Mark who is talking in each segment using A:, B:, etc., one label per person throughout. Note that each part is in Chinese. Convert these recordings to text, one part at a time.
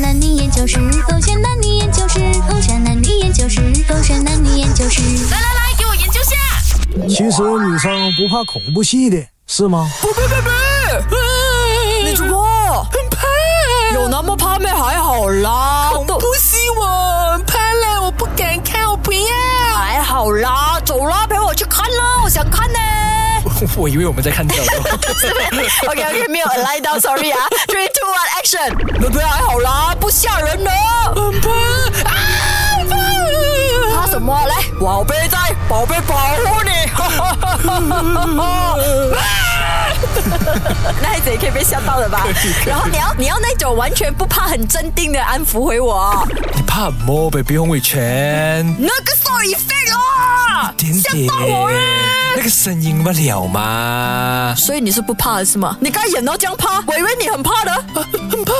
A: 男女研究室，狗选男女研究室，狗选男女研究室，狗选男女研究室。
B: 来来来，给我研究下。
C: 其实女生不怕恐怖戏的，是吗？
D: 不不不不，
B: 哎
D: 女主播
B: 很怕，
D: 有那么怕咩？还好啦，
B: 不是我很怕啦，我不敢看，我不要。
D: 还好啦，走啦，陪我去看啦，我想看呢、
E: 我以为我们在看掉了。
D: OK OK，没有 align 到，sorry 啊。Three two one action，伦伦还哎好啦，不吓人呢。
B: 很怕啊，很怕。
D: 怕什么？来，宝贝在，宝贝保护 你。哈哈哈哈哈那孩子也可以被吓到的吧？然后你要你要那种完全不怕、很镇定的安抚回我，
E: 你怕么？baby 洪伟全，
D: 那个 sorry fake 啦，
E: 点
D: 吓
E: 点
D: 到我啊了。
E: 那个声音不了嘛。
D: 所以你是不怕的是吗？你刚才演到这样怕，我以为你很 怕的，很怕、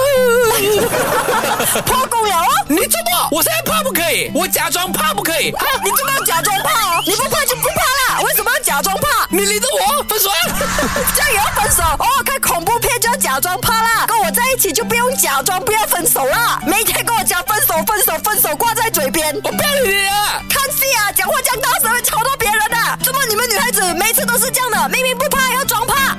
D: 破功了哦。
E: 你做么？我现在怕不可以，我假装怕不可以。
D: 啊你这么要假装怕哦？你不怕就不怕啦，为什么要假装怕？
E: 你理得我分手啊！
D: 这样也要分手哦？看恐怖片就要假装怕啦，跟我在一起就不用假装不要分手啦，每天跟我讲分手分手分手挂在嘴边。
E: 我不要理你了。
D: 看戏啊，讲话讲大声会吵到别人的、啊，怎么你们女孩子每次都是这样的？明明不怕要装怕。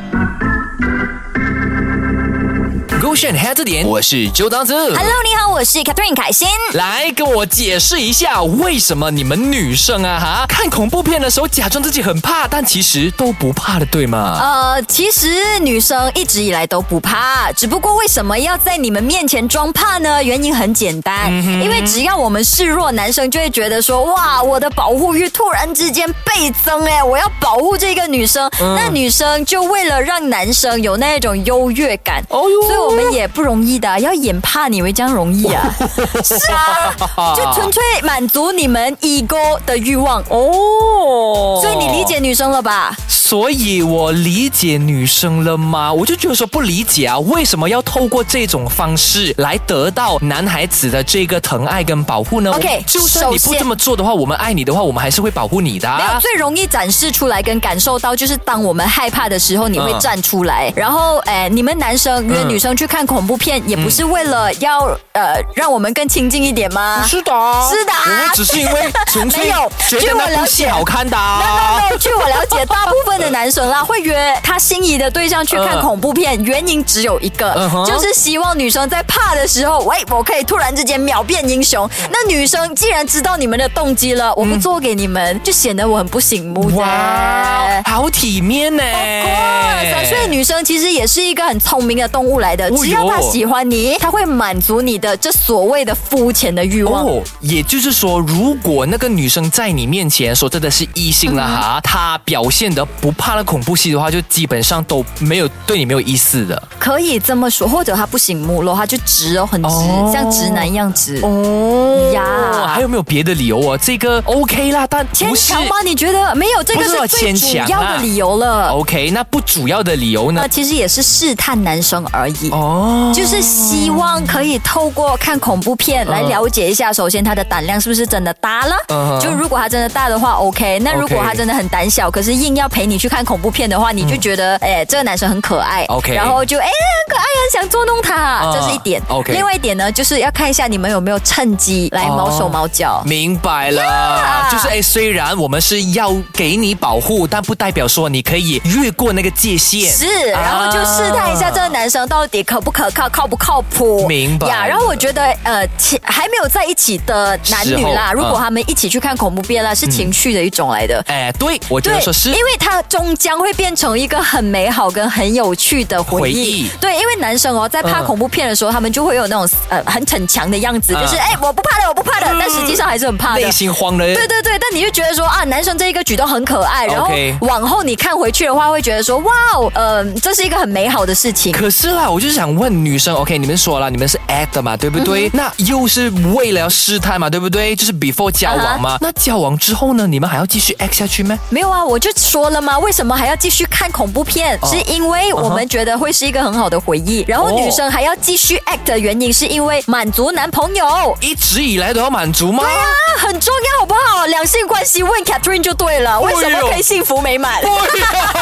E: 勾选黑字典，我是周当子。
F: Hello，你好，我是 Catherine 凯欣。
E: 来跟我解释一下，为什么你们女生啊哈看恐怖片的时候假装自己很怕，但其实都不怕的，对吗？
F: 呃，其实女生一直以来都不怕，只不过为什么要在你们面前装怕呢？原因很简单，
E: 嗯
F: 因为只要我们示弱，男生就会觉得说，哇，我的保护欲突然之间倍增，哎，我要保护这个女生。
E: 嗯
F: 那女生就为了让男生有那种优越感，
E: 哦哟
F: 所以我们也不容易的，要演怕你以为这样容易 啊？是啊，就纯粹满足你们 ego 的欲望哦。所以你理解女生了吧？
E: 所以我理解女生了吗？我就觉得说不理解啊，为什么要透过这种方式来得到男孩子的这个疼爱跟保护呢
F: OK，
E: 就算你
F: 首
E: 不
F: 先
E: 这么做的话，我们爱你的话，我们还是会保护你的、
F: 没有
E: 啊。
F: 最容易展示出来跟感受到，就是当我们害怕的时候，你会站出来。然后，哎，你们男生约
E: 嗯
F: 女生去看恐怖片，也不是为了要呃让我们更亲近一点吗？
E: 是的，
F: 啊是的啊
E: 我们只是因为纯粹
F: 没有
E: 觉得那部戏好看的、啊。
F: No, no, 据我了解，大部分的男生啦啊会约他心仪的对象去看
E: 嗯
F: 恐怖片，原因只有一个
E: 嗯哼
F: 就是希望女生在怕的时候，喂，我可以突然之间秒变英雄。那女生既然知道你们的动机了，我
E: 嗯
F: 不做给你们，就显得我很不醒目的。
E: 哇，哦好体面呢、
F: 啊所以女生其实也是一个很聪明的动物来的，
E: 哦哟
F: 只要她喜欢你，她会满足你的这所谓的肤浅的欲望。
E: 哦，也就是说，如果那个女生在你面前说真的是异性
F: 嗯
E: 了哈，她表现的不怕那恐怖戏的话，就基本上都没有对你没有意思的。
F: 可以这么说，或者她不醒目咯，她就直哦，很直，
E: 哦
F: 像直男一样直。
E: 哦
F: 呀
E: 还有没有别的理由哦？这个 OK 啦，但
F: 牵
E: 不是
F: 强吗？你觉得没有这个
E: 不是
F: 是
E: 我
F: 最
E: 牵
F: 主
E: 强啊哦
F: 要的理由了。
E: OK，那不主要的理由呢
F: 那？其实也是试探男生而已。
E: 哦，
F: 呃就是希望可以透过看恐怖片来了解一下，首先他的胆量是不是真的大了？
E: 嗯
F: 就如果他真的大的话，OK。那如果他真的很胆小，可是硬要陪你去看恐怖片的话，你就觉得哎、这个男生很可爱
E: 嗯 OK
F: 然后就哎很可爱，很想捉弄他，
E: 嗯
F: 这是一点。
E: OK 哦
F: 另外一点呢，就是要看一下你们有没有趁机来毛手毛脚。
E: 明白了就是哎，虽然我们是要给你保护，但不代表说你可以越过那个界限。
F: 是，
E: 啊
F: 然后就试探一下这个男生到底可不可靠、靠不靠谱。
E: 明白
F: 呀，然后我觉得，呃，情还没有在一起的男女啦，
E: 时候
F: 如果
E: 嗯
F: 他们一起去看恐怖片啦，是情趣的一种来的。
E: 哎，对，我觉
F: 对
E: 得说，是
F: 因。为它终将会变成一个很美好跟很有趣的
E: 回
F: 回忆。
E: 忆
F: 对，因为男生哦，在怕
E: 嗯
F: 恐怖片的时候，他们就会有那种呃很逞强的样子，就是
E: 嗯
F: 哎、我不怕的，我不怕的，但实际上还是很怕的。
E: 内心慌了。
F: 对对对，但你就觉得说啊，男生这一个举动很可爱，然后
E: OK 往
F: 往后你看回去的话，会觉得说哇哦，呃，这是一个很美好的事情。
E: 可是啦，我就是想问女生，OK，你们说了，你们是 at 的嘛，对不
F: 嗯
E: 对？那又是为了要试探嘛，对不
F: 啊
E: 对？就是 before 交往嘛。那交往之后呢，你们还要继续 at 下去吗？
F: 没有啊，我就说了嘛，吗？为什么还要继续看恐怖片？
E: 哦
F: 是因为我们觉得会是一个很好的回忆。然后女生还要继续 act 的原因，是因为满足男朋友。
E: 一直以来都要满足吗？
F: 对啊，很重要，好不好？两性关系问 Catherine 就对
E: 哎
F: 了，为什么可以幸福美满？啊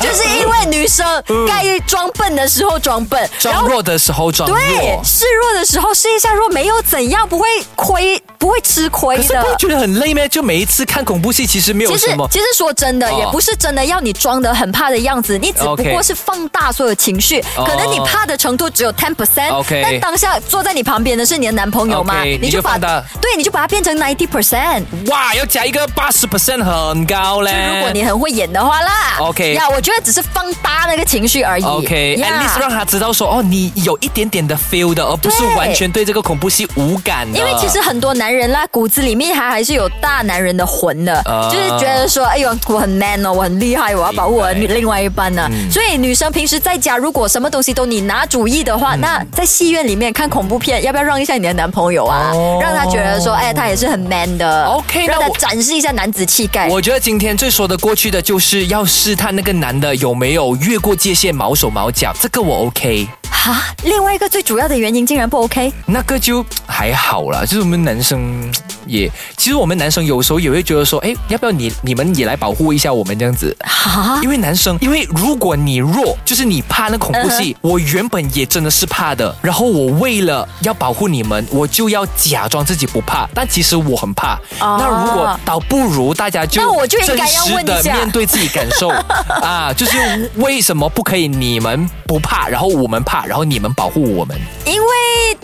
F: 就是因为女生该装笨的时候装笨，然
E: 嗯装
F: 后
E: 弱的时候装
F: 对
E: 弱，
F: 示弱的时候示一下弱，没有怎样，不会亏，不会吃亏
E: 可是
F: 的
E: 不。觉得很累咩？就每一次看恐怖戏，其实没有
F: 其实
E: 什么，。
F: 其实说真的，
E: 哦
F: 也不是真的要你装的很怕的样子，你只不
E: OK
F: 过是放大所有情绪，
E: 哦
F: 可能你怕的程度只有 ten percent，
E: OK
F: 但当下坐在你旁边的是你的男朋友嘛，
E: OK，你就
F: 把
E: 放大
F: 对，你就把它变成 ninety percent。
E: 哇，要加一个八十 percent 很高嘞。
F: 如果你很会演的话啦
E: OK
F: 呀，我觉得只是放大那个情绪而已。
E: OK，at、
F: 呀
E: least 让他知道说哦，你有一点点的 feel 的，而不是
F: 对
E: 完全对这个恐怖戏无感的。
F: 因为其实很多男人啦，骨子里面他还是有大男人的魂的，
E: 啊
F: 就是觉得说，哎呦，我很 man 哦，我很厉害，我要保护我的
E: 明白
F: 另外一半呢、
E: 嗯
F: 所以女生平时在家如果什么东西都你拿主意的
E: 嗯
F: 话，那在戏院里面看恐怖片，要不要让一下你的男朋友啊，
E: 哦
F: 让他觉得说，哎，他也是很 man 的
E: OK，那
F: 让他
E: 我
F: 展示一下男子气概。
E: 我觉得今天最说得过去的就是要试探那个男的有没有越过界限毛手毛脚，这个我 OK，
F: 哈，另外一个最主要的原因竟然不 OK，
E: 那个就还好啦。就是我们男生也，其实我们男生有时候也会觉得说，哎，要不要你你们也来保护一下我们这样子？
F: 哈，
E: 因为男生，因为如果你弱，就是你怕那恐怖戏，我原本也真的是怕的，然后我为了要保护你们，我就要假装自己不怕，但其实我很怕。
F: 哦
E: 那如果倒不如大家就
F: 那我就应
E: 真
F: 该要
E: 实
F: 问一
E: 的
F: 下
E: 面对自己感受啊，就是为什么不可以你们不怕，然后我们怕，然后你们保护我们？
F: 因为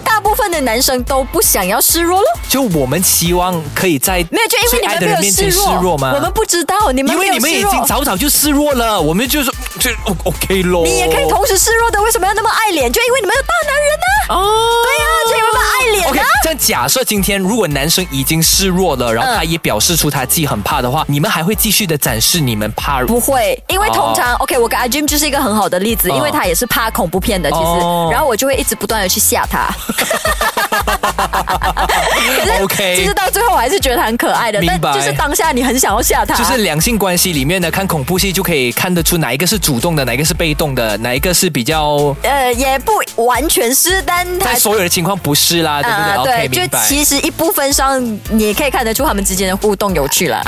F: 大部分的男生都不想要示弱咯。
E: 就我们希望可以在
F: 没有，就因为
E: 最
F: 你
E: 爱
F: 们
E: 的
F: 没
E: 人
F: 有
E: 面
F: 示
E: 前示
F: 弱，
E: 弱吗？
F: 我们不知道你们
E: 因
F: 没
E: 为
F: 有
E: 你们
F: 示
E: 已
F: 弱
E: 经早早就示弱了，我们就是就哦 OK 咯。
F: 你也可以同时示弱的，为什么要那么爱脸？就因为你们有大男人呢、
E: 哦。
F: 对呀、就因啊为你们爱脸
E: OK，
F: 呢、
E: 这样假设今天如果男生已经示弱了，然后
F: 嗯
E: 他也表示出他自己很怕的话，你们还会继续的展示你们怕？
F: 不会，因为通常、OK，我跟阿 Jim 就是一个很好的例子，
E: 哦
F: 因为他也是怕恐怖片的，其实，
E: 哦
F: 然后我就会一直不断的去吓 他。可是
E: OK
F: 其实到最后我还是觉得他很可爱的，
E: 明白
F: 但就是当下你很想要吓他，
E: 就是两性关系里面呢，看恐怖戏就可以看得出哪一个是主动的，哪一个是被动的，哪一个是比较
F: 呃，也不完全是，但他
E: 在所有的情况不是啦，对不对
F: 啊，
E: ？OK，
F: 对，
E: 明
F: 就
E: 白。
F: 其实一部分上你也可以看得出他们之间的互动有趣了。